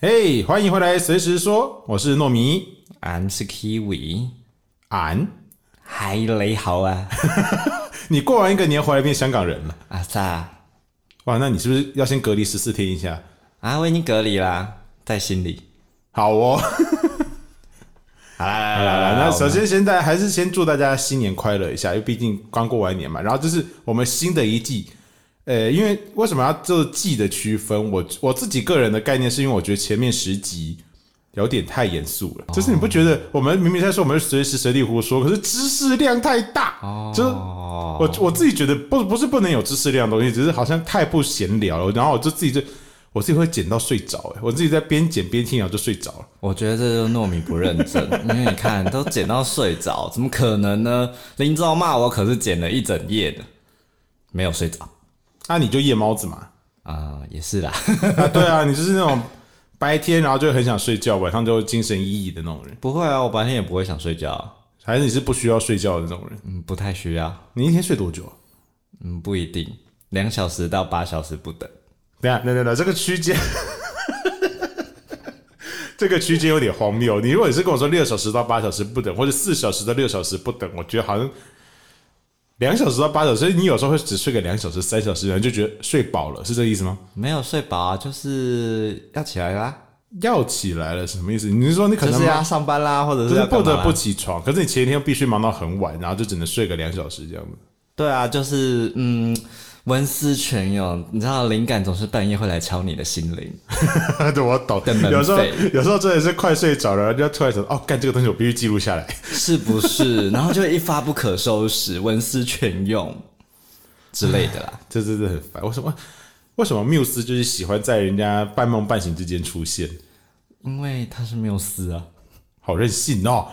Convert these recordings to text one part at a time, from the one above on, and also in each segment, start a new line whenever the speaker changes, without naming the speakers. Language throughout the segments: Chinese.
嘿欢迎回来，随时说，我是糯米
俺是 Kiwi，
俺。
嗨，你好啊，
你过完一个年回来变香港人了，
阿萨，
哇，那你是不是要先隔离十四天一下？
啊，我已经隔离啦，在心里。
好哦，
好啦，来
好
来
啦
来，
那
我
首
们
先现在还是先祝大家新年快乐一下，因为毕竟刚过完年嘛。然后就是我们新的一季，呃，因为为什么要做季的区分？我我自己个人的概念是因为我觉得前面十集有点太严肃了，就是你不觉得我们明明在说我们随时随地胡说，可是知识量太大，就是
哦，
我我自己觉得不不是不能有知识量的东西，只是好像太不闲聊了。然后我就自己就我自己会剪到睡着、欸，我自己在边剪边听，然后就睡着了。
我觉得这就是糯米不认真，因为你看都剪到睡着，怎么可能呢？林昭骂我可是剪了一整夜的，没有睡着
那、啊你就夜猫子嘛，
啊、也是啦。
啊对啊，你就是那种白天然后就很想睡觉，晚上就精神奕奕的那种人，
不会啊，我白天也不会想睡觉，
还是你是不需要睡觉的那种人？
嗯，不太需要，
你一天睡多久啊？
嗯，不一定，两小时到八小时不等。
等一下，等等等，这个区间， 这个区间有点荒谬。你如果你是跟我说六小时到八小时不等，或者四小时到六小时不等，我觉得好像两小时到八小时，所以你有时候会只睡个两小时、三小时，然后就觉得睡饱了，是这个意思吗？
没有睡饱啊，就是要起来啦，
要起来了是什么意思？你是说你可
就
能
是
忙
要上班啦，或者
就是
要干
不
嘛
得
啦
不起床，可是你前一天又必须忙到很晚，然后就只能睡个两小时这样子。
对啊，就是嗯，文思泉涌，你知道，灵感总是半夜会来敲你的心灵。
对，我懂
的。门
有时候
费
有时候真的是快睡着了，然后就突然想，哦，干这个东西我必须记录下来。
是不是？然后就一发不可收拾，文思泉涌之类的啦。
这真的很烦。为什么？为什么缪斯就是喜欢在人家半梦半醒之间出现？
因为他是缪斯啊，
好任性哦！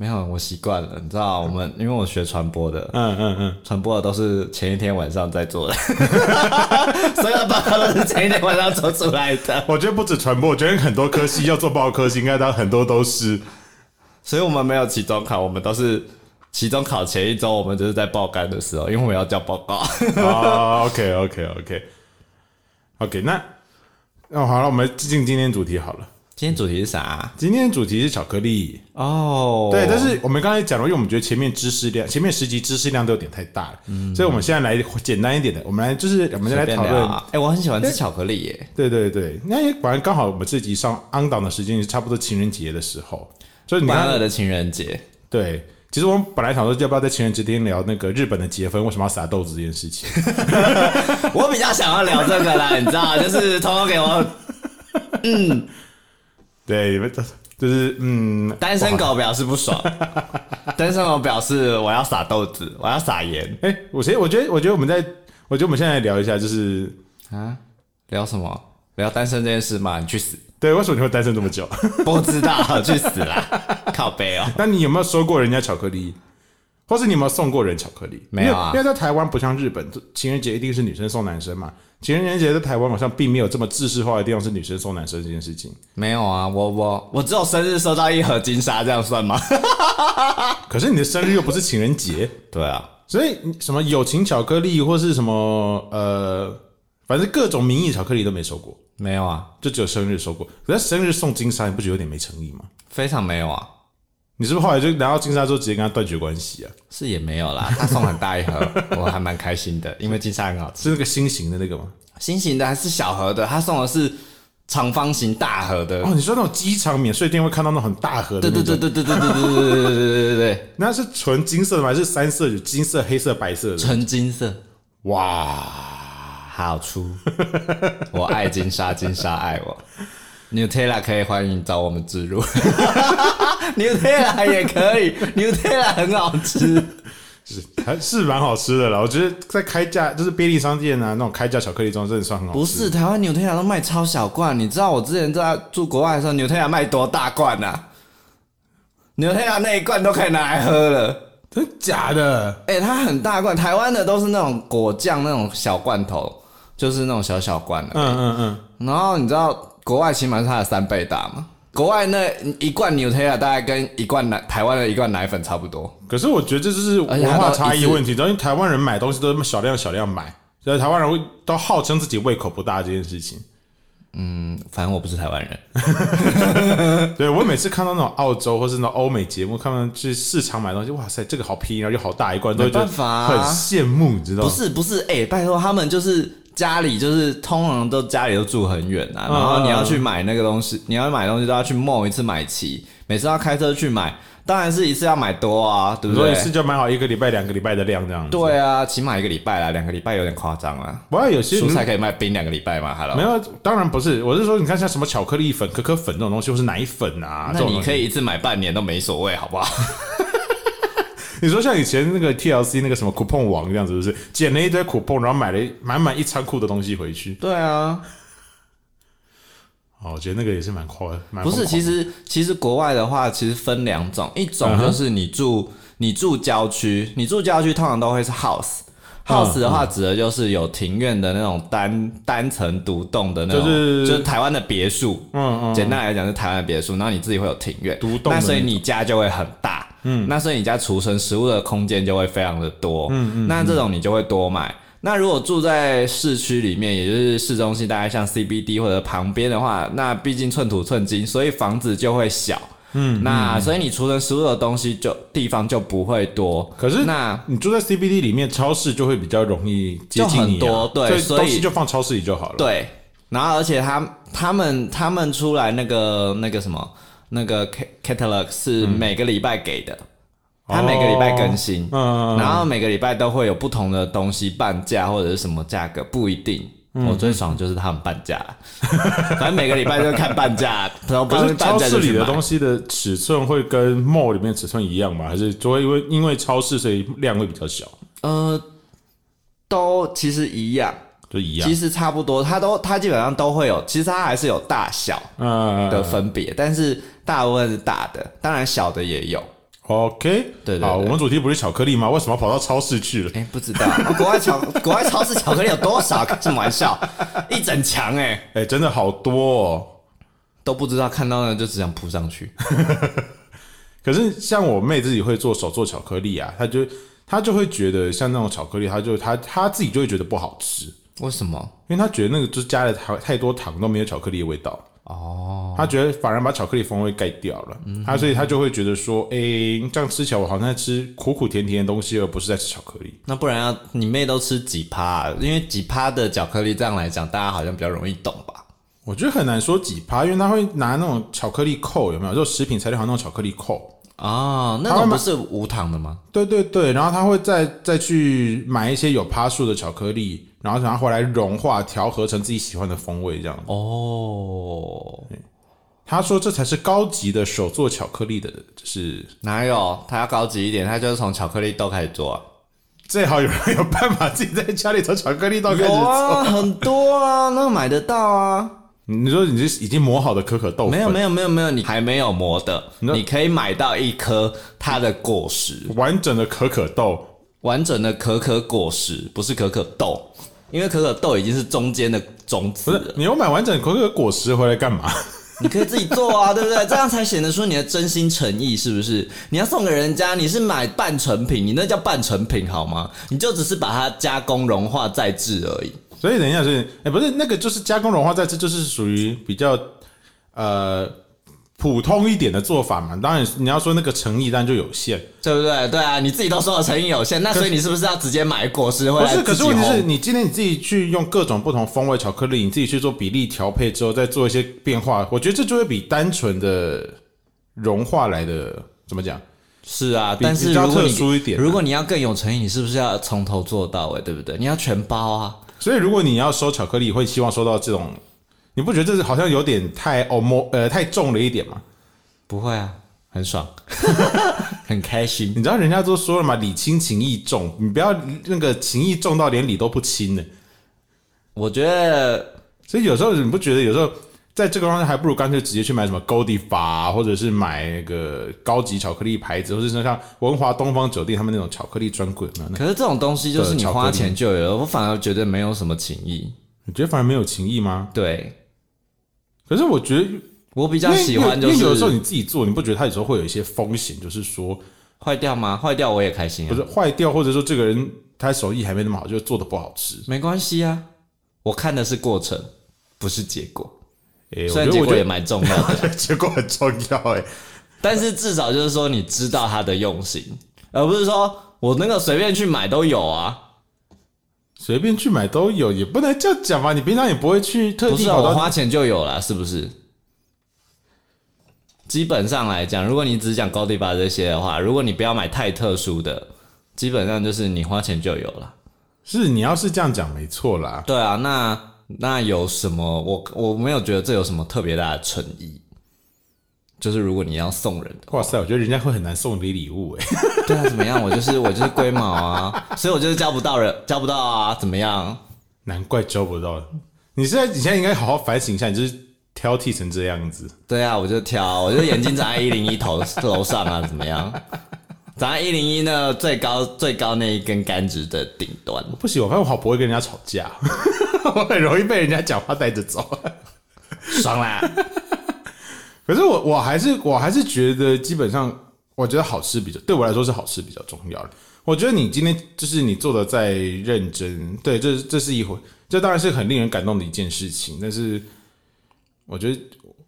没有我习惯了，你知道，我们因为我学传播的，
嗯嗯嗯，
传播的都是前一天晚上在做的， 所有的报告都是前一天晚上做出来的，
我觉得不止传播，我觉得很多科系要做报科系，应该当很多都是。
所以我们没有期中考，我们都是期中考前一周，我们就是在爆肝的时候，因为我们要交报告。
啊、o k OK OK OK，那哦好了，我们进今天主题好了。
今天主题是啥？啊
今天主题是巧克力，
哦，
对，但是我们刚才讲了，因为我们觉得前面知识量，前面十集知识量都有点太大了，所以我们现在来简单一点的，我们来就是我们来
嗯随便
讨
聊
论
啊。哎、我很喜欢吃巧克力耶。
对对对，那也反正刚好我们这集上昂档的时间也是差不多情人节的时候，所以你
万恶
看，
的情人节，
对，其实我们本来想说要不要在情人节那天聊那个日本的结婚为什么要撒豆子这件事情，
我比较想要聊这个啦，你知道，就是偷偷给我
对，你们这就是嗯，
单身狗表示不 爽，单身狗表示我要撒豆子，我要撒盐
哎，我其实我觉得，我觉得我们在，我觉得我们现在来聊一下，就是
啊！聊什么？聊单身这件事吗？你去死！
对，为什么你会单身这么久？
不知道，去死 啦！靠背哦，
那你有没有收过人家巧克力，或是你有没有送过人巧克力？
没有啊
因为因为在台湾不像日本，情人节一定是女生送男生嘛。情人节在台湾好像并没有这么制式化的地方是女生送男生这件事情。
没有啊，我我我只有生日收到一盒金沙，这样算吗？
可是你的生日又不是情人节，
对啊，
所以你什么友情巧克力或是什么呃，反正各种名义巧克力都没收过，
没有啊，
就只有生日收过。可是生日送金沙，你不觉得有点没诚意吗？
非常没有啊，
你是不是后来就拿到金沙之后直接跟他断绝关系啊？
是也没有啦。他送很大一 盒，我还蛮开心的，因为金沙很好吃。
是那个心形的那个吗？
心形的还是小盒的？他送的是长方形大盒的。
哦，你说那种机场免税店会看到那种很大盒的
对
那
对
种，
对对对对对对对对对对对对，
那是纯金色的吗？还是三色？有金色、黑色、白色的？
纯金色，
哇！
好粗！我爱金沙，金沙爱我。Nutella 可以欢迎找我们植 入，Nutella 也可以，Nutella 很好吃。
是还是蛮好吃的啦，我觉得在开价就是便利商店啊，那种开价巧克力装真的算很好吃。
不是台湾 Nutella 都卖超小罐，你知道我之前在住国外的时候，Nutella 卖多大罐啊？Nutella 那一罐都可以拿来喝了。
真的假的？
哎、它很大罐，台湾的都是那种果酱那种小罐头，就是那种小小罐的。
嗯嗯嗯，
然后你知道国外起码是它的三倍大嘛？国外那一罐 Nutella 大概跟一罐奶台湾的一罐奶粉差不多。
可是我觉得这就是文化差异问题，因为台湾人买东西都是小量小量买，所以台湾人会都号称自己胃口不大这件事情。
嗯，反正我不是台湾人，
对我每次看到那种澳洲或是那种欧美节目，他们去市场买东西，哇塞，这个好便宜，然后又好大一罐，都会觉得
没办法啊
很羡慕，你知道
不
吗？
是不是，哎、拜托，他们就是家里就是通常都家里都住很远啊，然后你要去买那个东西，你要买东西都要去 mall 一次买齐，每次要开车去买，当然是一次要买多啊，对
你
不
说
对
一？次就买好一个礼拜、两个礼拜的量这样子。，
对啊，起码一个礼拜啦，两个礼拜有点夸张啦。
不过有些
蔬菜可以卖冰两个礼拜嘛？Hello，
没有，当然不是，我是说，你看像什么巧克力粉、可可粉这种东西，或是奶粉啊，这
那
种
你
东西
可以一次买半年都没所谓，好不好？
你说像以前那个 TLC 那个什么 coupon 王这样子，是不是捡了一堆 coupon，然后买了一满满一仓库的东西回去？
对啊，
哦，我觉得那个也是蛮夸，蛮
不是，
疯狂
其实其实国外的话，其实分两种，一
嗯
种就是你住、你住郊区，你住郊区通常都会是 house。house
嗯
的话，指的就是有庭院的那种单单层独栋的那种，
就是
就是台湾的别墅。
嗯嗯，
简单来讲是台湾的别墅，然后你自己会有庭院，
独栋的
那所以你家就会很大，嗯，那所以你家储存食物的空间就会非常的多，嗯嗯，那这种你就会多买。那如果住在市区里面，也就是市中心，大概像 CBD 或者旁边的话，那毕竟寸土寸金，所以房子就会小，嗯，那所以你储存食物的东西就地方就不会多，
可是
那
你住在 CBD 里面，超市就会比较容易接近你、啊，
就很多对
所
所
以
以
东西就放超市里就好了。，
对，然后而且他他们他们出来那个那个什么那个 ca- catalog 是每个礼拜给的，他每个礼拜更新，
嗯，
然后每个礼拜都会有不同的东西半价或者是什么价格，不一定。
嗯
我最爽就是他们半价啦， 反正每个礼拜都看半价，然后 不
可是
半
超
价
市
就去
里的
买
东西的尺寸会跟 mall 里面尺寸一样吗？还是就会因为因为超市所以量会比较小，
呃，都其实一样，
就一样
其？实差不多，它都它基本上都会有，其实它还是有大小，
嗯
的分别，但是大部分是大的，当然小的也有。
，OK，
对对
好，
对
我们主题不是巧克力吗？为什么跑到超市去了？
哎、不知道、 哦国外巧国外超市巧克力有多少？开什么玩笑， 一整墙哎、
哎、真的好多哦。
都不知道，看到那就只想扑上去。
可是像我妹自己会做手做巧克力啊，她就她就会觉得像那种巧克力，她就她她自己就会觉得不好吃，
为什么？
因为她觉得那个就是加了糖太多糖都没有巧克力的味道，
哦，
她觉得反而把巧克力风味盖掉了，她所以她就会觉得说，诶，这样吃起来我好像在吃苦苦甜甜的东西，而不是在吃巧克力。
那不然要你妹都吃几趴、啊？因为几趴的巧克力这样来讲，大家好像比较容易懂吧？
我觉得很难说几趴，因为她会拿那种巧克力扣，有没有？就食品材料行那种巧克力扣，
哦，那种不是无糖的吗？
对对对，然后他会再再去买一些有趴数的巧克力，然后想要回来融化调和成自己喜欢的风味，这样。
哦，
他说这才是高级的手做巧克力的，就是
哪有？它要高级一点，它就是从巧克力豆开始做啊、
最好有人有办法自己在家里从巧克力豆开始
有
做。
啊，很多啊，那买得到啊。
你说你是已经磨好的可可豆粉，
没有没有没有没有，你还没有磨的，你可以买到一颗它的果实，
完整的可可豆，
完整的可可果实，不是可可豆，因为可可豆已经是中间的种
不
子
是
了，
你又买完整可可果实回来干嘛？
你可以自己做啊，对 不对？这样才显得出你的真心诚意，是不是？你要送给人家，你是买半成品，你那叫半成品好吗？你就只是把它加工融化再制而已。
所以等一下，所以哎、不是那个就是加工融化再制，就是属于比较呃普通一点的做法嘛。当然你要说那个诚意，当然就有限。
对不对？对啊，你自己都说了诚意有限，那所以你是不是要直接买果实回
不
来
是，可
自
是
己烘？
问题是你今天你自己去用各种不同风味巧克力，你自己去做比例调配之后，再做一些变化，我觉得这就会比单纯的融化来的怎么讲？
是啊，
比
但是
比较
如果
特
你
殊一点啊
如果你要更有诚意，你是不是要从头做到尾，对不对？你要全包啊！
所以如果你要收巧克力，会希望收到这种，你不觉得这是好像有点太哦摸呃太重了一点吗？
不会啊，很爽， 很开心。
你知道人家都说了嘛，礼轻情意重，你不要那个情意重到连理都不清呢。
我觉得
所以有时候你不觉得有时候在这个方面还不如干脆直接去买什么 Goldiva，啊或者是买那个高级巧克力牌子，或者是像文华东方酒店他们那种巧克力专柜，有没有那
可是这种东西就是
对
你
巧克力
花钱就有了，我反而觉得没有什么情义。
你觉得反而没有情谊吗？
对
可是我觉得比
我比较喜欢就
因为有时候
是
你自己做，你不觉得它有时候会有一些风险，就是说
坏掉吗？坏掉我也开心
不
啊
是，坏掉，或者说这个人他手艺还没那么好，就做的不好吃。
没关系啊。我看的是过程，不是结果。
哎、我
虽
觉
然
得
结
我
果
觉
也
得
蛮重要的，
结果很重要哎、
但是至少就是说你知道他的用心，而不是说我那个随便去买都有啊。
随便去买都有，也不能这样讲吧？你平常也不会去特
不
地
是、啊、
跑
我
到，
花钱就有了，是不是？基本上来讲，如果你只讲高低吧这些的话，如果你不要买太特殊的，基本上就是你花钱就有了。
是你要是这样讲没错啦。
对啊，那那有什么？我我没有觉得这有什么特别大的诚意。就是如果你要送人
哇塞，我觉得人家会很难送你礼物哎、
的，对啊，怎么样？我就是我就是龟毛啊， 所以我就是交不到人，交不到啊，怎么样？
难怪交不到。你现在你现在应该好好反省一下，你就是挑剔成这样子。
对啊，我就挑，我就眼睛长在一零一头楼上啊，怎 么样？长在一零一那最高最高那一根杆子的顶端。
不行，我发现我好不会跟人家吵架， 我很容易被人家讲话带着走。
爽啦！
可是我我还是我还是觉得，基本上我觉得好吃比较对我来说是好吃比较重要的。我觉得你今天就是你做的再认真，对，这这是一回，这当然是很令人感动的一件事情。但是我觉得，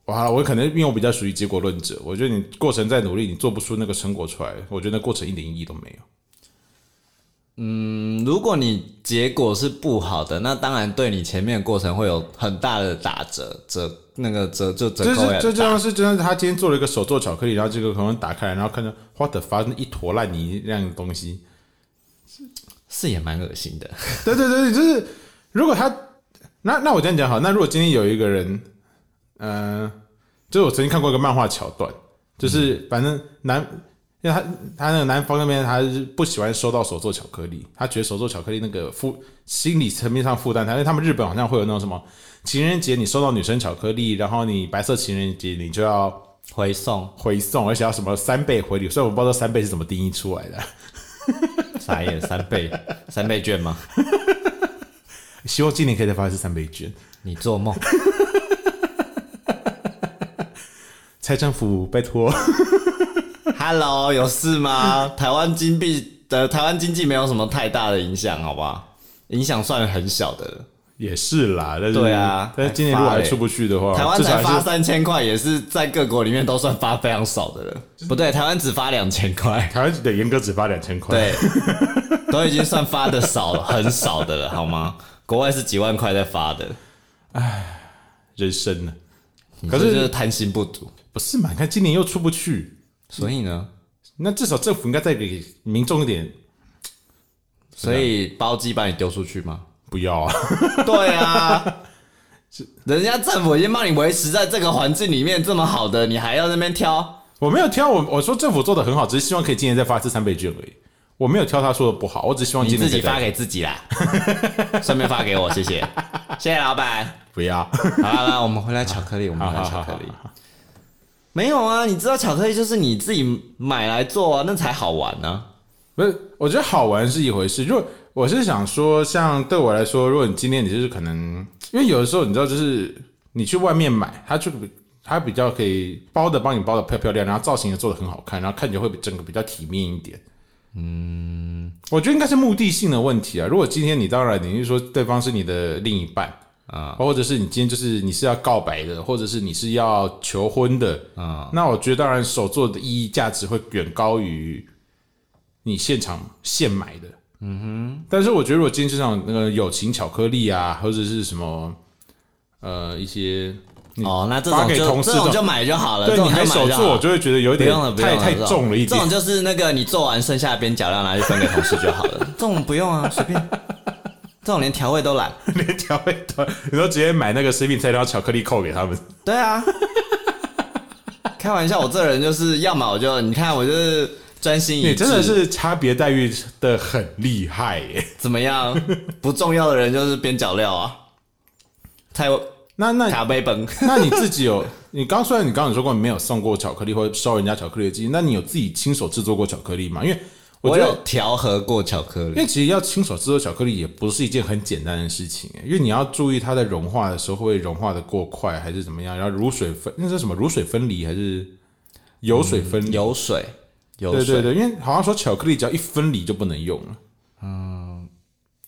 我好了，我可能因为我比较属于结果论者，我觉得你过程再努力，你做不出那个成果出来，我觉得那过程一点意义都没有。
嗯，如果你结果是不好的，那当然对你前面的过程会有很大的打折，折那个折就折
就
扣
是
也
就这样是，就像是他今天做了一个手做巧克力，然后这个可能打开来，然后看到 what the fuck 那一坨烂泥那样的东西，
是也蛮恶心的。
对对对，就是如果他那那我这样讲好，那如果今天有一个人，嗯、就是我曾经看过一个漫画桥段，就是反正男，因为他他那个南方那边他是不喜欢收到手做巧克力，他觉得手做巧克力那个负心理层面上负担他，因为他们日本好像会有那种什么情人节你收到女生巧克力，然后你白色情人节你就要。
回送
回送，而且要什么三倍回礼，所以我不知道三倍是怎么定义出来的。
傻眼三倍三倍券吗？
希望今年可以再发一次三倍券。
你 做梦！
蔡政府，拜托。
Hello，有事吗？台湾金币呃，台湾经济没有什么太大的影响，好吧？影响算很小的了。
也是啦，但是
对啊
但是今年如果还出不去的话，
台湾
哦至少
才
还
发
是
三千块，也是在各国里面都算发非常少的了。不对，台湾只发两 千块，
台湾的严格只发两千块，
对，都已经算发的少了，很少的了，好吗？国外是几万块在发的，
人生呢？
你
可
这
是
就是贪心不足。
不是嘛？你看今年又出不去，
所以呢，
那至少政府应该再给民众一点，啊
所以包机把你丢出 去吗？
不要啊！
对啊，人家政府已经帮你维持在这个环境里面这么好的，你还要那边挑？
我没有挑我，我说政府做的很好，只是希望可以今年再发一次三倍券而已。我没有挑他说的不好，我只希望
你
今
自
年可
己
以再
发给自己 啦，顺便发给我，谢谢，谢谢老板。
不 要。
好啦好啦，我们回来巧克力，我们回来啊巧克力。没有啊，你知道巧克力就是你自己买来做啊，那才好玩呢、
不是，我觉得好玩是一回事。如果我是想说，像对我来说，如果你今天你就是可能，因为有的时候你知道，就是你去外面买，它就它比较可以包的帮你包的漂漂亮，然后造型也做的很好看，然后看起来会比整个比较体面一点。嗯，我觉得应该是目的性的问题啊。如果今天你当然你是说对方是你的另一半啊，或者是你今天就是你是要告白的，或者是你是要求婚的啊，那我觉得当然手做的意义价值会远高于你现场现买的。嗯哼，但是我觉得如果今天就像那个友情巧克力啊，或者是什么呃一些，
哦，那这
发
种
给同
就
事
这种
的
就买就好了，呃
对
这种
你
就
还
买
手
就好
做，我
了。
就会觉得有一
不
点
用了，不用
太
了，
太
这种
重了一
这
点
种。就是那个你做完剩下的边角料拿去分给同事就好 了，这种不用啊，随便。这种连调味都懒。
连调味团，你都直接买那个食品菜单巧克力扣给 他们。
对啊，开玩笑，我这人就是要么我就你看我就是专心一致，
你真的是差别待遇的很厉害耶！
怎么样？不重要的人就是边角料啊，菜
那那
咖啡本。
那你自己有？你刚虽然你刚刚说过你没有送过巧克力或者收人家巧克力的经验，那你有自己亲手制作过巧克力吗？因为我
我
觉
有
得，
调和过巧克
因
力，
为其实要亲手制作巧克力也不是一件很简单的事情欸耶，因为你要注意它在融化的时候会融化的过快还是怎么样，然后乳水分那是什么乳水分离还是油水分离？
有水，有
对
水，
对对，因为好像说巧克力只要一分离就不能用了。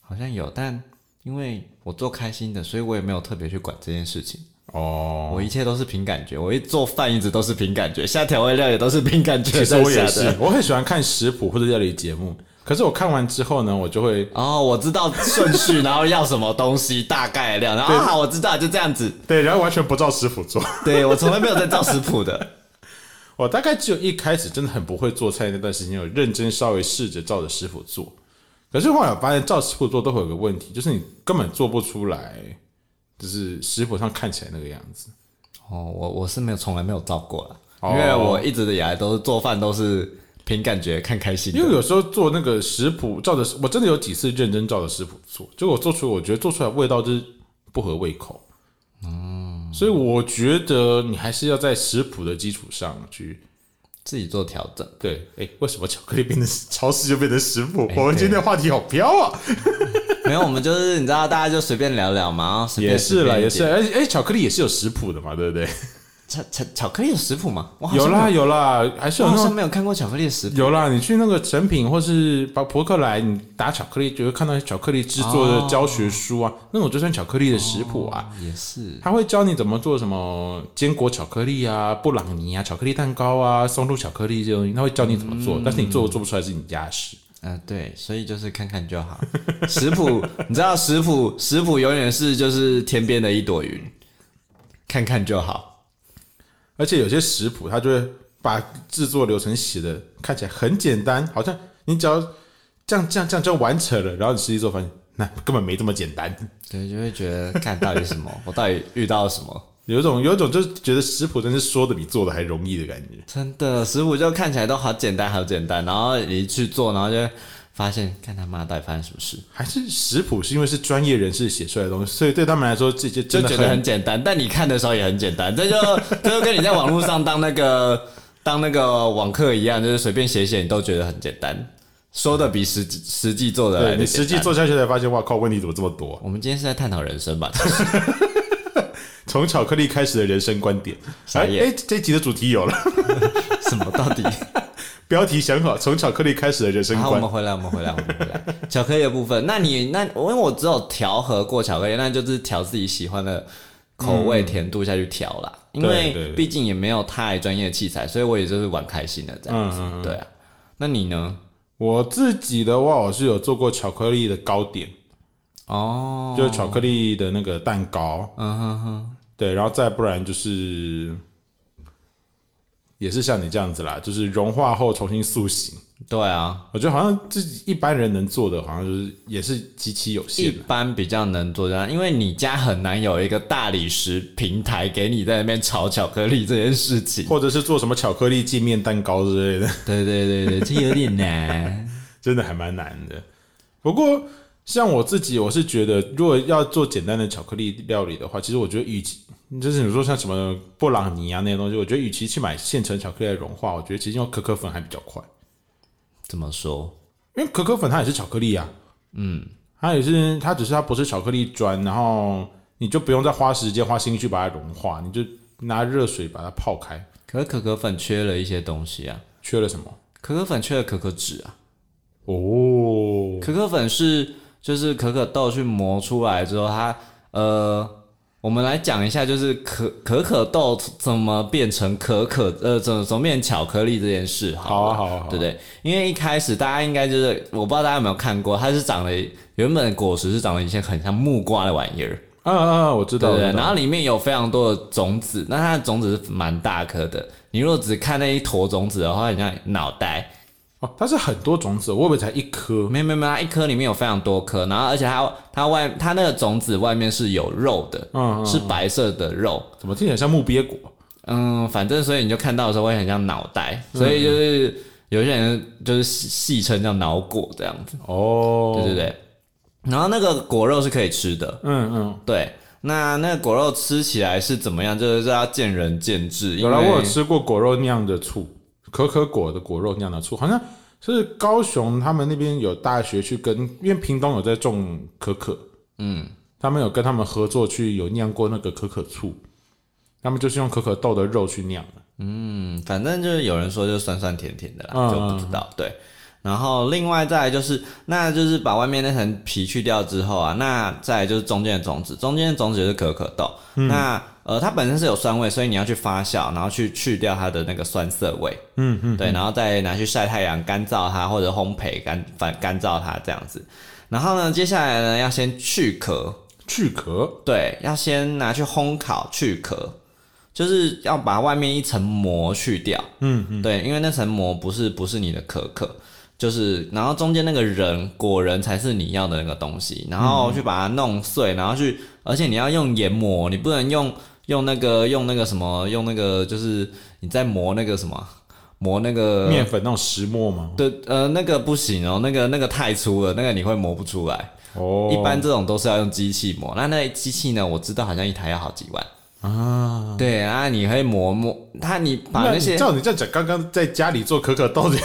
好像有，但因为我做开心的，所以我也没有特别去管这件事情。
哦，
我一切都是凭感觉，我一做饭一直都是凭感觉，下调味料也都是凭感觉
其实
在
我也
下
是
的。，
我很喜欢看食谱或者料理节目，可是我看完之后呢，我就会
哦，我知道顺序，然后要什么东西，大概的量，然后啊，好我知道，就这样子。
对，然后完全不照食谱做。
对我从来没有在照食谱的。
我哦大概只有一开始真的很不会做菜那段时间，有认真稍微试着照着师傅做。可是后来我发现，照师傅做都会有个问题，就是你根本做不出来，就是食谱上看起来那个样子。
哦，我我是没有从来没有照过啦，
哦
因为我一直以来都是做饭都是凭感觉看开心
因为
的。
有时候做那个食谱照着，我真的有几次认真照着食谱做，结果做出来，我觉得做出来味道就是不合胃口。嗯，所以我觉得你还是要在食谱的基础上去
自己做调整，
对。哎，为什么巧克力变成 超市就变成食谱？
哎
我们今天的话题好飘啊！
没有我们就是你知道大家就随便聊聊嘛，然后随便
也是啦，
随便一
也是，
点
而且哎，巧克力也是有食谱的嘛，对不对？
巧巧巧克力有食谱哦吗？我好像
有啦
没有，
有啦，还是
我
有
好
那
像
种
没有看过巧克力的食谱。
有啦。你去那个成品或是把博客来，你打巧克力就会看到巧克力制作的教学书
哦
啊，那种就算巧克力的食谱啊，
也是，
他会教你怎么做什么坚果巧克力啊、布朗尼啊、巧克力蛋糕啊、松露巧克力这些东西，他会教你怎么做，但是你做做不出来是你家事。
嗯、对，所以就是看看就 好。食谱，你知道食谱，食谱永远是就是天边的一朵云，看看就好。
而且有些食谱，它就会把制作流程写的看起来很简单，好像你只要这样这样这样就完成了，然后你实际做发现，那根本没这么简单。
对，就会觉得看到底什么，我到底遇到了什 么。
有一种有一种就是觉得食谱真是说的比做的还容易的感觉。
真的，食谱就看起来都好简单，好简单，然后你一去做，然后就会发现，看他妈到底发生什么事，
还是食谱是因为是专业人士写出来的东西，所以对他们来说这些
就
真的
觉得很简单，但你看的时候也很简单，这 就这就跟你在网络上当那个当那个网课一样，就是随便写写，你都觉得很简单，说的比实际实际做的来
对
的
你实际做下去才发现，哇靠，问题怎么这么多？
我们今天是在探讨人生 吧？
从巧克力开始的人生观点。哎
傻眼
哎，这集的主题有了，
什么到底？
标题想好，从巧克力开始的人生
好，我
观
们。回来，我们回来，我们回来。巧克力的部分，那你那我因为我只有调和过巧克力，那就是调自己喜欢的口味、甜度下去调啦。因
对对
为
对
毕竟也没有太专业的器材，所以我也就是玩开心的这
嗯
样子。对啊，那你呢？
我自己的话，我是有做过巧克力的糕点，
哦，
就是巧克力的那个蛋糕，
嗯哼哼，
对，然后再不然就是也是像你这样子啦，就是融化后重新塑形。
对啊，
我觉得好像自己一般人能做的，好像就是也是极其有
一
限的。
般比较能做这样，因为你家很难有一个大理石平台给你在那边炒巧克力这件事情。
或者是做什么巧克力界面蛋糕之类的，
对对对对，这有点难。
真的还蛮难的。不过像我自己，我是觉得如果要做简单的巧克力料理的话，其实我觉得与其就是你说像什么布朗尼啊那些东西，我觉得与其去买现成巧克力来融化，我觉得其实用可可粉还比较快，
怎么说？
因为可可粉它也是巧克力啊，嗯，它也是它只是它不是巧克力砖，然后你就不用再花时间花心去把它融化，你就拿热水把它泡开。
可是可可粉缺了一些东西啊，
缺了什么？
可可粉缺了可可脂啊，
哦，
可可粉是就是可可豆去磨出来之后，它呃，我们来讲一下，就是可可可豆怎么变成可可呃怎么怎么变成巧克力这件事好，
好啊，好啊，好啊
对不对？因为一开始大家应该就是我不知道大家有没有看过，它是长得原本的果实是长得一些很像木瓜的玩意儿，
嗯嗯嗯，我知道，
对
我
对，
知
然
道。
后里面有非常多的种子，那它的种子是蛮大颗的。你如果只看那一坨种子的话，很像脑袋。
哦，它是很多种子，我以为才一颗。
没有没有没有，它一颗里面有非常多颗，然后而且它它外它那个种子外面是有肉的，
嗯嗯
是白色的肉。
怎么听起来像木鳖果？
嗯，反正所以你就看到的时候会很像脑袋，所以就是、有些人就是戏戏称叫脑果这样子，
哦，
对对对。然后那个果肉是可以吃的，
嗯嗯，
对。那那个果肉吃起来是怎么样？就是要见仁见智。因
有来
为
我有吃过果肉酿的醋，可可果的果肉酿的醋，好像是高雄他们那边有大学去跟，因为屏东有在种可可，
嗯，
他们有跟他们合作去有酿过那个可可醋，他们就是用可可豆的肉去酿的。
嗯，反正就是有人说就酸酸甜甜的啦，
嗯
就不知道。对，然后另外再来就是，那就是把外面那层皮去掉之后啊，那再来就是中间的种子，中间的种子就是可可豆。
嗯
那呃，它本身是有酸味，所以你要去发酵，然后去去掉它的那个酸涩味。嗯嗯，对，然后再拿去晒太阳干燥它，或者烘焙干反干燥它这样子。然后呢，接下来呢要先去壳，
去壳，
对，要先拿去烘烤去壳，就是要把外面一层膜去掉。
嗯
嗯，对，因为那层膜不是不是你的可可，就是然后中间那个仁果仁才是你要的那个东西，然后去把它弄碎，然后去，而且你要用研磨，你不能用用那个用那个什么用那个就是你在磨那个什么磨那个
面粉那种石磨吗？
对，呃，那个不行哦，那个那个太粗了，那个你会磨不出来。
哦，
一般这种都是要用机器磨。那那机器呢？我知道好像一台要好几万。
啊。
对，然后你会磨磨它，你把
那
那
你
些
照你这样讲，刚刚在家里做可可 豆的，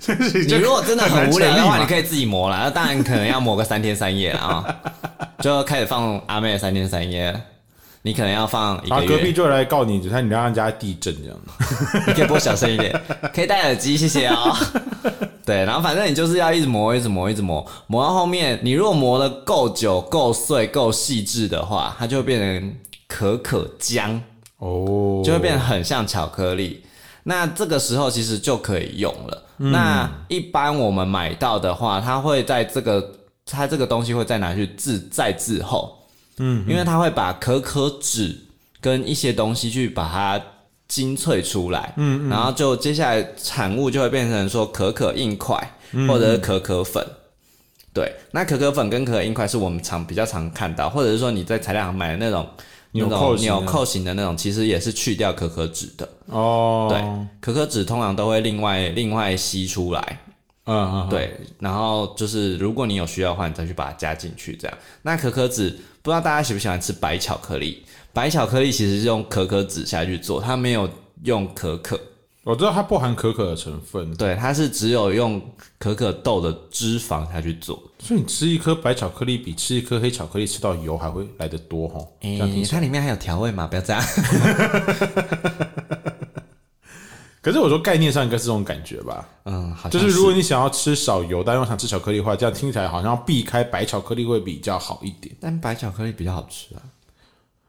真是
你如果真的
很
很
难
无聊的
成立嘛
话，你可以自己磨啦。那当然可能要磨个三天三夜了啊、 就开始放阿妹的三天三夜。你可能要放一
然
个
后隔
月
壁，就来告你，你看你让人家地震这样。
你可以播小声一点，可以戴耳机，谢谢哦。 对，然后反正你就是要一直磨，一直磨，一直磨，磨到后面，你如果磨得够久、够碎、够细致的话，它就会变成可可浆。
哦，
就会变得很像巧克力。那这个时候其实就可以用了。那一般我们买到的话，它会在这个它这个东西会再拿去制再制后，嗯，因为它会把可可脂跟一些东西去把它精粹出来，嗯，然后就接下来产物就会变成说可可硬块或者是可可粉。对，那可可粉跟可可硬块是我们常比较常看到，或者是说你在材料行买的那种
纽
那
扣
种
型的
纽扣型的那种，其实也是去掉可可脂的。
哦，
对
嗯，
可可脂通常都会另外另外吸出来，
嗯，嗯，
对，然后就是如果你有需要的话，你再去把它加进去，这样。那可可脂不知道大家喜不喜欢吃白巧克力？白巧克力其实是用可可脂下去做，它没有用可可，
我知道它不含可可的成分，
对，它是只有用可可豆的脂肪下去做。
所以你吃一颗白巧克力比吃一颗黑巧克力吃到油还会来得多哈。这
诶、
样听起来
它里面还有调味嘛？不要 这样。
可是我说概念上应该是这种感觉吧，
嗯，好像
就是如果你想要吃少油，但又想吃巧克力的话，这样听起来好像避开白巧克力会比较好一点。
但白巧克力比较好吃啊。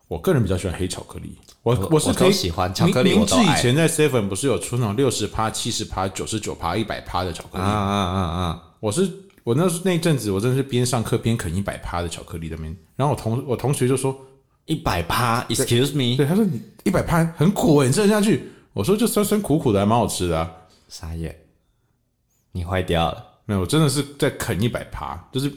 我个人比较喜欢黑巧克力，我
我
是
我
可以
都喜欢巧克力
明
我
明治
都
以
爱
前在 Seven 不是有出那种六十趴、七十趴、九十九趴、一百趴的巧克
啊
力？
啊啊啊！
我是我那时候那一阵子，我真的是边上课边啃一百趴的巧克力那边。然后我同我同学就说
一百趴，Excuse me，
对，他说你一百趴很苦欸诶，你吃得下去？我说就酸酸苦苦的，还蛮好吃的、啊。
傻眼，你坏掉了。
没有，我真的是在啃一百趴，就是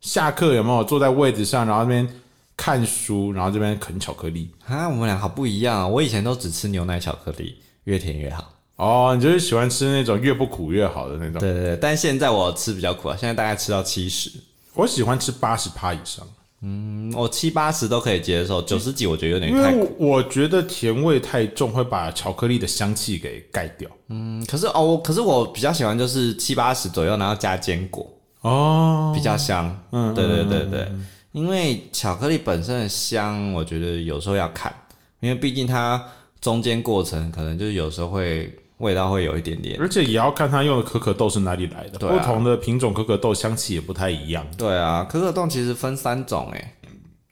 下课有没有坐在位置上，然后那边看书，然后这边啃巧克力。
啊，我们俩好不一样啊！我以前都只吃牛奶巧克力，越甜越好。
哦，你就是喜欢吃那种越不苦越好的那种。
对对对，但现在我吃比较苦啊，现在大概吃到七十，
我喜欢吃八十趴以上，
嗯，我七八十都可以接受，九十几我觉得有点
因
太
为
苦。
我我觉得甜味太重会把巧克力的香气给盖掉。
嗯，可是哦，我可是我比较喜欢就是七八十左右，然后加坚果，
哦，
比较香。嗯，对对对对，因为巧克力本身的香，我觉得有时候要看，因为毕竟它中间过程可能就是有时候会味道会有一点点。
而且也要看它用的可可豆是哪里来的，
对啊
不同的品种可可豆香气也不太一样。
对啊，可可冻其实分三种诶、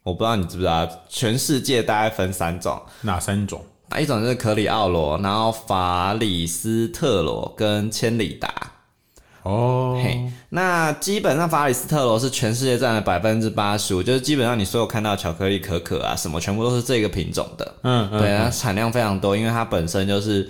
我不知道你知不知道，全世界大概分三种，
哪三种？
那一种就是可里奥罗，然后法里斯特罗跟千里达。
哦，
嘿，那基本上法里斯特罗是全世界占了百分之八十五，就是基本上你所有看到的巧克力、可可啊什么，全部都是这个品种的。
嗯嗯，
对，它产量非常多，因为它本身就是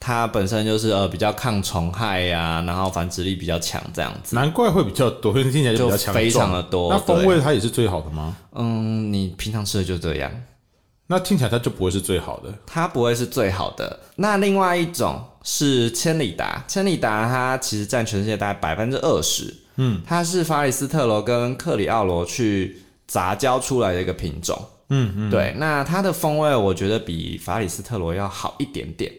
它本身就是呃比较抗虫害呀、然后繁殖力比较强这样子，
难怪会比较多，因为听起来就
就
比较强壮。
非常的多。
那风
对
味它也是最好的吗？
嗯，你平常吃的就这样，
那听起来它就不会是最好的。
它不会是最好的。那另外一种是千里达，千里达它其实占全世界大概百分之二十，嗯，它是法里斯特罗跟克里奥罗去杂交出来的一个品种，
嗯
嗯，对。那它的风味我觉得比法里斯特罗要好一点点，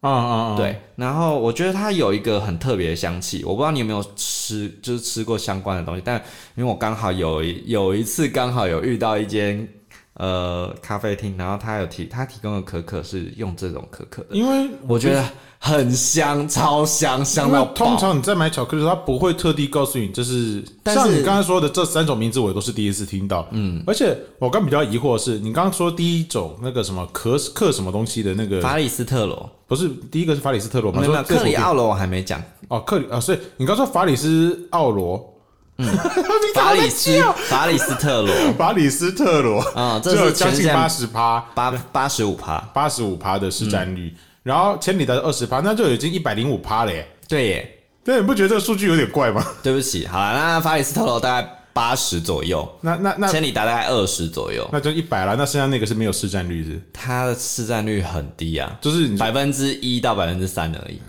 啊
嗯
啊啊！，
对。然后我觉得它有一个很特别的香气，我不知道你有没有吃，就是吃过相关的东西，但因为我刚好有一有一次刚好有遇到一间。呃咖啡厅，然后他有提他提供的可可是用这种可可的，
因为
我觉得很香，超香，香
因
到
为
爆。
通常你在买巧克力的时候，他不会特地告诉你这是。
但
像
是
你刚刚说的这三种名字，我都是第一次听到。嗯，而且我刚比较疑惑的是，你刚刚说第一种那个什么克克什么东西的那个，
法里斯特罗，
不是第一个是法里斯特罗吗？
没有没
说
有
这是
克里
我
奥罗我还没讲，
哦克里啊，所以你刚说法里斯奥罗，
法里斯法里斯 特罗
法里斯特 罗
啊这
只啊有
是
将
前
近
线
八十趴，
八八十五趴，
八十五趴的市占率，然后千里达是二十趴，那就已经一百零五趴了耶。
对耶，
但你不觉得这个数据有点怪吗？
对不起，好了，那法里斯特罗大概八十左右，
那那那
千里达大概二十左右，
那就一百了，那剩下那个是没有市占率是？
它的市占率很低啊，
就是你
百分之一到百分之三而已。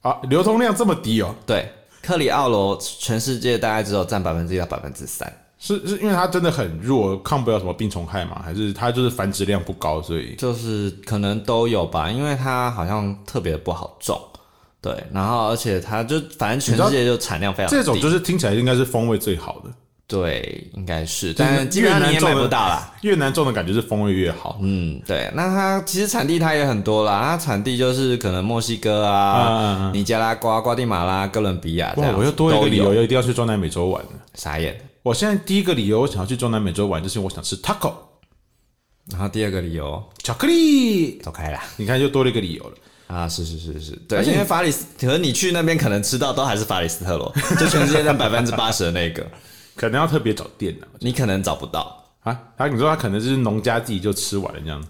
啊，流通量这么低哦，
对，克里奥罗全世界大概只有占百分之一到百分之三，
是是因为它真的很弱，抗不了什么病虫害嘛？还是它就是繁殖量不高，所以
就是可能都有吧，因为它好像特别不好种。对，然后而且它就反正全世界就产量非常低，
这种就是听起来应该是风味最好的，
对，应该是，
就是
但基本上你
越南
也
种
买
的
不到啦。
越难种的感觉是风味越好。
嗯，对，那它其实产地它也很多啦，它产地就是可能墨西哥啊、尼加拉瓜、瓜地马拉、哥伦比亚这
哇，
样，
我又多一个理
都
由，
有，
要一定要去中南美洲玩了。
傻眼。
我现在第一个理由，我想要去中南美洲玩，就是因为我想吃 taco
然后第二个理由，
巧克力。
走开啦。
你看，又多了一个理由了。
啊，是是是是，对，因为法里斯，可能你去那边可能吃到都还是法里斯特 罗，就全世界占百分之八十的那个，
可能要特别找店呢
你可能找不到，
啊，他你说他可能就是农家自己就吃完了这样，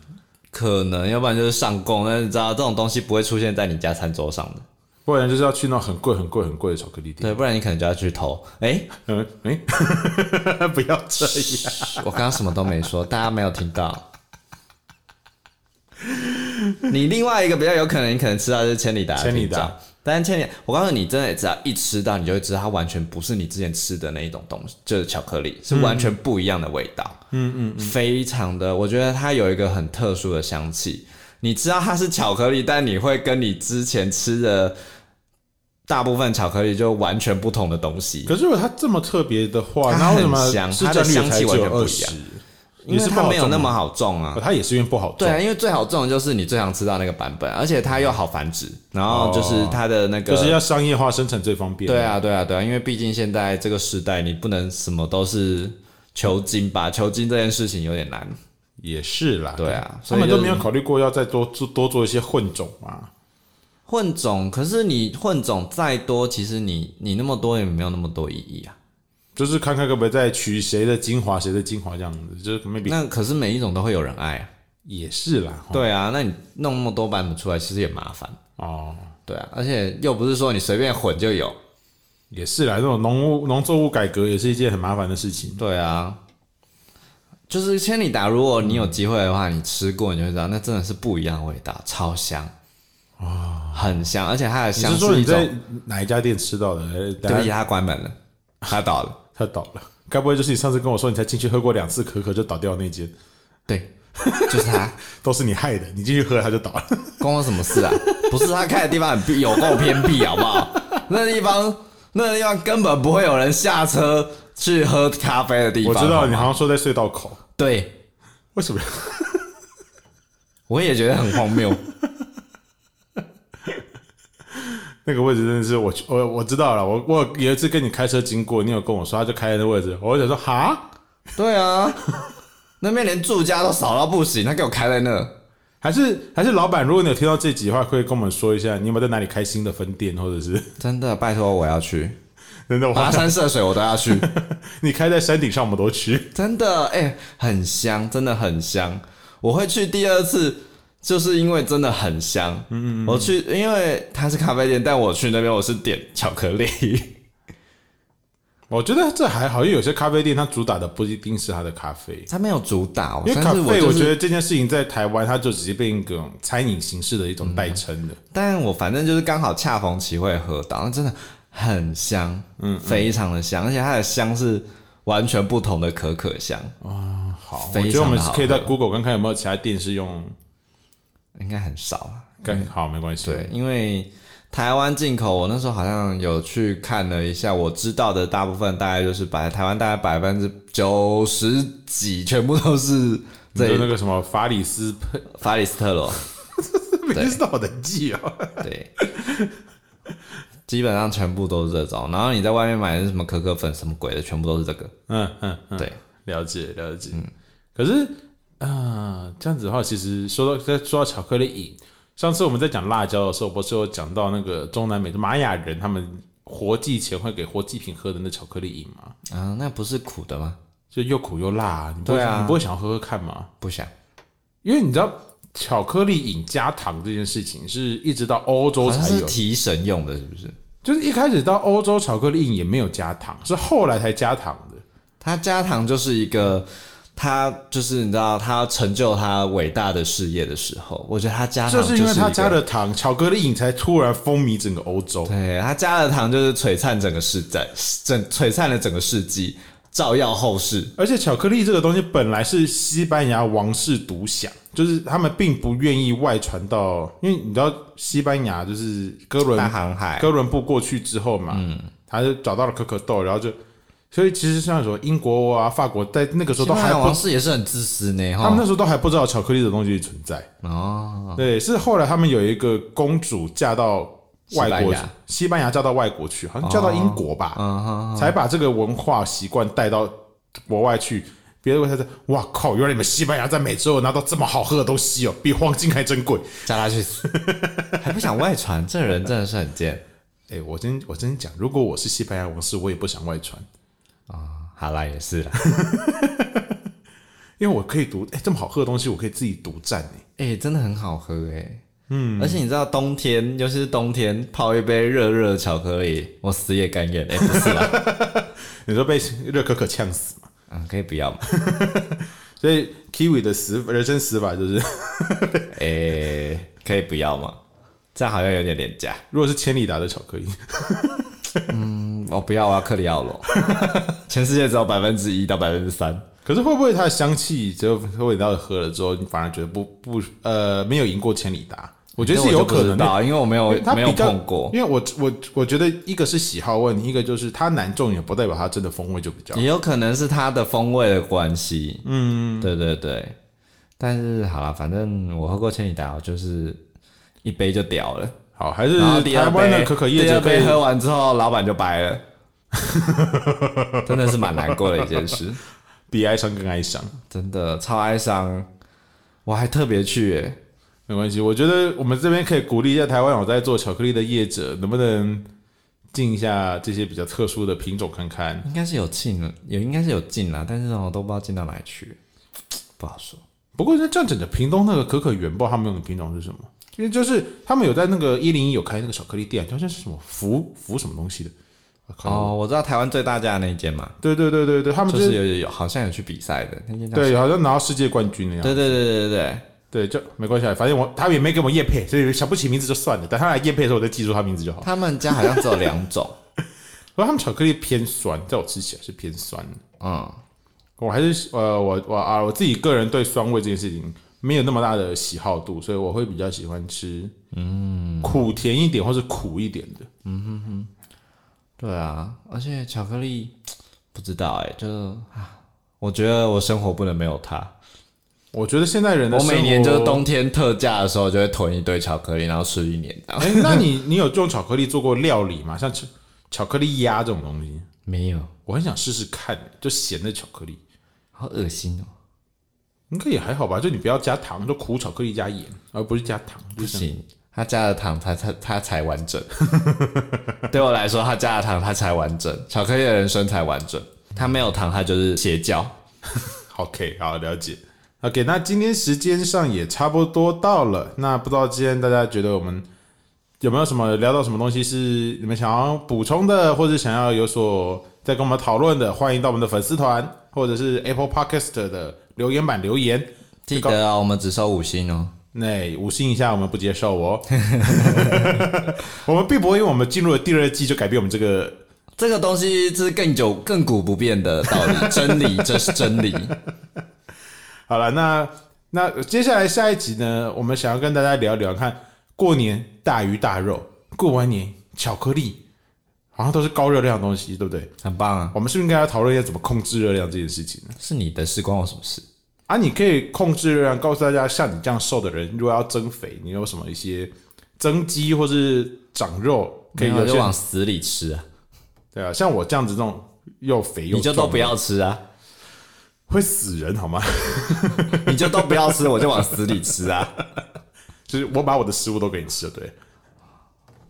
可能要不然就是上供，但是你知道这种东西不会出现在你家餐桌上的，
不然就是要去那种很贵很贵很贵的巧克力店。
对，不然你可能就要去偷。哎、
嗯，哎、 不要这样。
我刚刚什么都没说，大家没有听到。你另外一个比较有可能，你可能吃到就是千里达的
千里
品种
达，
但是千里，我告诉你，真的只要一吃到，你就会知道它完全不是你之前吃的那一种东西，就是巧克力，是完全不一样的味道。嗯嗯，非常的，我觉得它有一个很特殊的香气。你知道它是巧克力，但你会跟你之前吃的大部分巧克力就完全不同的东西。
可是如果它这么特别的话，
它
那为什么
很香
市
它的
占率
香
才
气
只
完全
有
不
二
一
十
样？
也
因为
是
它
不好
没有
种
那
吗
么好种啊
哦，它也是因为不好种。
对啊，因为最好种的就是你最想吃到那个版本，啊而且它又好繁殖，然后就是它的那个，
就是要商业化生产最方便。
对，啊，对啊，对啊，因为毕竟现在这个时代，你不能什么都是求精吧，求精这件事情有点难。
也是啦。
对啊
他
所以
们
就
都没
是
有考虑过要再多做多做一些混种啊嘛。
混种，可是你混种再多，其实你你那么多也没有那么多意义啊。
就是看看可不可以再取谁的精华，谁的精华这样子，就是 maybe
那可是每一种都会有人爱啊。
也是啦。哦
对啊，那你弄那么多版本出来，其实也麻烦。
哦，
对啊，而且又不是说你随便混就有。
也是啦，这种农务农作物改革也是一件很麻烦的事情。
对啊，就是千里达，如果你有机会的话，你吃过你就会知道，那真的是不一样的味道，超香啊，很香，而且它的
你
香
是说
是
你
一
在
种，
哪一家店吃到的？呃
对不
大
起，
家
它关门了，它倒了，
他倒了，该不会就是你上次跟我说你才进去喝过两次可可就倒掉的那间？
对，就是它，
都是你害的，你进去喝他就倒了。
关我什么事啊？ 不是它开的地方很僻，有够偏僻，好不 好？那地方那地方根本不会有人下车去喝咖啡的地
我
方，
知
好
道
吗
你好像说在隧道口，
对。
为什么？
我也觉得很荒谬，
那个位置真的是我我我知道了，我我有一次跟你开车经过，你有跟我说他就开在那位置，我就想说哈，
对啊，那边连住家都少到不行，他给我开在那，
还是还是老板，如果你有听到这集的话，可以跟我们说一下，你有没有在哪里开新的分店，或者是
真的，拜托我要 去，
真的我
跋山涉水我都要去，
你开在山顶上，我们都去。
真的，哎、很香，真的很香，我会去第二次，就是因为真的很香。嗯嗯我去，因为它是咖啡店，但我去那边我是点巧克 力，
我觉得这还好，因为有些咖啡店它主打的不一定是它的咖啡，
它没有主打，
因为咖
哦但是
啡，
就
我
是
觉得这件事情在台湾，它就直接变一种餐饮形式的一种代称了。
但我反正就是刚好恰逢其会喝到，那真的很香，嗯，非常的香，而且它的香是完全不同的可可香，
好，我
非
觉得我
常
们
的好
可以在
喝
Google 看看有没有其他店是用，
应该很少啊。
更好没关系。
对，因为台湾进口，我那时候好像有去看了一下，我知道的大部分大概就是百台湾大概百分之九十几，全部都是
就
这
那个什么法里斯佩，
法里斯特罗，
每 天是到我的记哦。
对，基本上全部都是这种。然后你在外面买的是什么可可粉什么鬼的，全部都是这个。
嗯嗯嗯，
对，
了解了解。可是啊、这样子的话，其实说到在说到巧克力饮，上次我们在讲辣椒的时候，不是有讲到那个中南美的玛雅人他们活祭前会给活祭品喝的那巧克力饮吗？
啊，那不是苦的吗？
就又苦又辣、你不会
对啊
想你不会想喝喝看吗？
不想，
因为你知道巧克力饮加糖这件事情是一直到欧洲
好像
才
是
有，
提神用的，是不是？
就是一开始到欧洲巧克力饮也没有加糖，是后来才加糖的。
他加糖就是一个，他就是你知道，他成就他伟大的事业的时候，我觉得他加糖
啊就是因为
一
他
个
加了糖，巧克力饮才突然风靡整个欧洲。
对他加了糖，就是璀璨整个世代，整璀璨了整个世纪，照耀后世。
而且巧克力这个东西本来是西班牙王室独享，就是他们并不愿意外传到，因为你知道西班牙就是哥伦
大航海，嗯
哥伦布过去之后嘛，他就找到了可可豆，然后就，所以其实像说英国啊、法国在那个时候
西
都
班
还
牙
不
王，室也是很自私呢，
他们
哈。
那时候都还不知道巧克力的东西存在。
哦，
对，是后来他们有一个公主嫁到外国
西班
去
牙，
西班牙嫁到外国去，好像嫁到英国吧，
嗯哼，
才把这个文化习惯带到国外去。别的国家说：“哇靠！原来你们西班牙在美洲有拿到这么好喝的东西哦，比黄金还珍贵。
加他去 死，还不想外传，这人真的是很贱。”
哎，我真我真讲，如果我是西班牙王室，我也不想外传，
好啦，也是啦。
因为我可以独哎这么好喝的东西，我可以自己独占哎。
哎、真的很好喝哎、嗯，而且你知道冬天，尤其是冬天，泡一杯热热的巧克力，我死也甘愿。哎、不是啦，
你说被热可可呛死嘛？
嗯，可以不 要嘛。
所以 kiwi 的死人生死法就是，
哎、可以不要嘛，这样好像有点廉价。
如果是千里达的巧克力，
嗯，我不要，我要克里奥 罗。全世界只有百分之一到百分之三。
可是会不会它的香气，只有味道喝了之后，你反而觉得不不呃没有赢过千里达？我觉得是有可能的，
的，因为我没有
因为它
没有
比较
碰过，
因为我我我觉得一个是喜好问题，一个就是它难中也不代表它真的风味就比较好。
也有可能是它的风味的关系。嗯，对对对。但是好了，反正我喝过千里达，我就是一杯就屌了。
好，还是
然后第
台
二
湾
杯
的可可叶
第
子
二
可
杯
以
喝完之后，老板就 掰了，真的是蛮难过的一件事，
比哀伤更哀伤，
真的超哀伤。我还特别去、欸，
没关系。我觉得我们这边可以鼓励一下台湾有在做巧克力的业者，能不能进一下这些比较特殊的品种看看？
应该是有进了，有应该是有进啦，但是我都不知道进到哪里去，不好说。
不过那这样整个屏东那个可可园，不知道他们用的品种是什么？因为就是他们有在那个一零一有开那个巧克力店，好像是什么福福什么东西的。我靠，
哦，我知道台湾最大家的那一间嘛，
对对对对对，他们
就
就是
是有有有好像有去比赛的那间叫，
对，好像拿到世界冠军那样。
对对对对对对，
对，就没关系啊，反正我他们也没给我们叶配，所以想不起名字就算了。等他来叶配的时候，我再记住他名字就好。
他们家好像只有两种，
不过他们巧克力偏酸，在我吃起来是偏酸的。
嗯，
我还是呃，我我啊，我自己个人对酸味这件事情没有那么大的喜好度，所以我会比较喜欢吃嗯苦甜一点或是苦一点的。
对啊，而且巧克力不知道哎、就啊，我觉得我生活不能没有它。
我觉得现代人的
我每年就是
生活。
冬天特价的时候就会囤一堆巧克力，然后吃一年这样。
哎、那你你有用巧克力做过料理吗？像巧巧克力鸭这种东西，
没有，
我很想试试看，就咸的巧克力。
好恶心哦！
应该也还好吧，就你不要加糖，就苦巧克力加盐，而不是加糖。
不行，他加了糖，他才他才完 整。对我来说，他加了糖，他才完整，巧克力的人生才完整。他没有糖，他就是邪教。
OK，好了解。OK，那今天时间上也差不多到了，那不知道今天大家觉得我们有没有什么聊到什么东西是你们想要补充的，或者想要有所再跟我们讨论的，欢迎到我们的粉丝团或者是 Apple Podcast 的留言板留言。
记得哦，我们只收五星哦。
那五星以下我们不接受哦， 我们并不会因为我们进入了第二季就改变我们这个
这个东西是更久、亘古不变的道理， 真理，这是真理。
好了，那那接下来下一集呢，我们想要跟大家聊聊看过年大鱼大肉过完年巧克力好像都是高热量的东西，对不对？
很棒啊！
我们是不是应该要讨论一下怎么控制热量这件事情呢？
是你的事，关我什么事？
啊，你可以控制热量，告诉大家，像你这样瘦的人，如果要增肥，你有什么一些增肌或是长肉可以
没有
有
就
些
往死里吃啊！
对啊，像我这样子那种又肥又
你就都
壮
不要吃啊！
会死人好吗？
你就都不要吃，我就往死里吃啊！
就是我把我的食物都给你吃了，对。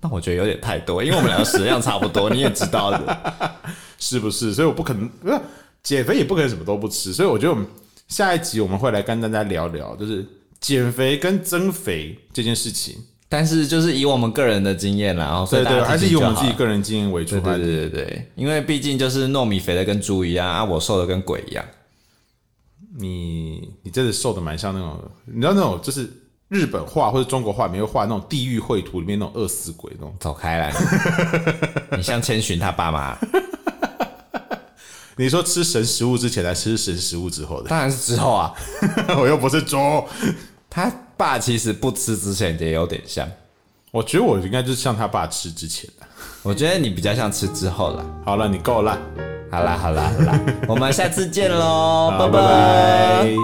那我觉得有点太多，因为我们两个食量差不多，你也知道的。
是不是？所以我不可能，不是减肥也不可能什么都不吃。所以我觉得我们下一集我们会来跟大家聊聊，就是减肥跟增肥这件事情。
但是就是以我们个人的经验啦，然哦后所
对
以大
对，
家
还是以
听听
我
就
们
好
自己
了
个人经验为啊出
对
发
对
点。
对对对，因为毕竟就是糯米肥的跟猪一样啊，我瘦的跟鬼一样。
你你真的瘦的蛮像那种，你知道那种就是日本画或者中国画里面会画那种地狱绘图里面那种饿死鬼那种。
走开啦！ 你你像千寻他爸妈，
你说吃神食物之前，还是吃神食物之后的？
当然是之后啊，
我又不是猪。
他爸其实不吃之前也有点像，
我觉得我应该就是像他爸吃之前的。
我觉得你比较像吃之后啦。
好了，你够了，
好啦好啦好啦，我们下次见喽，
好
拜
拜拜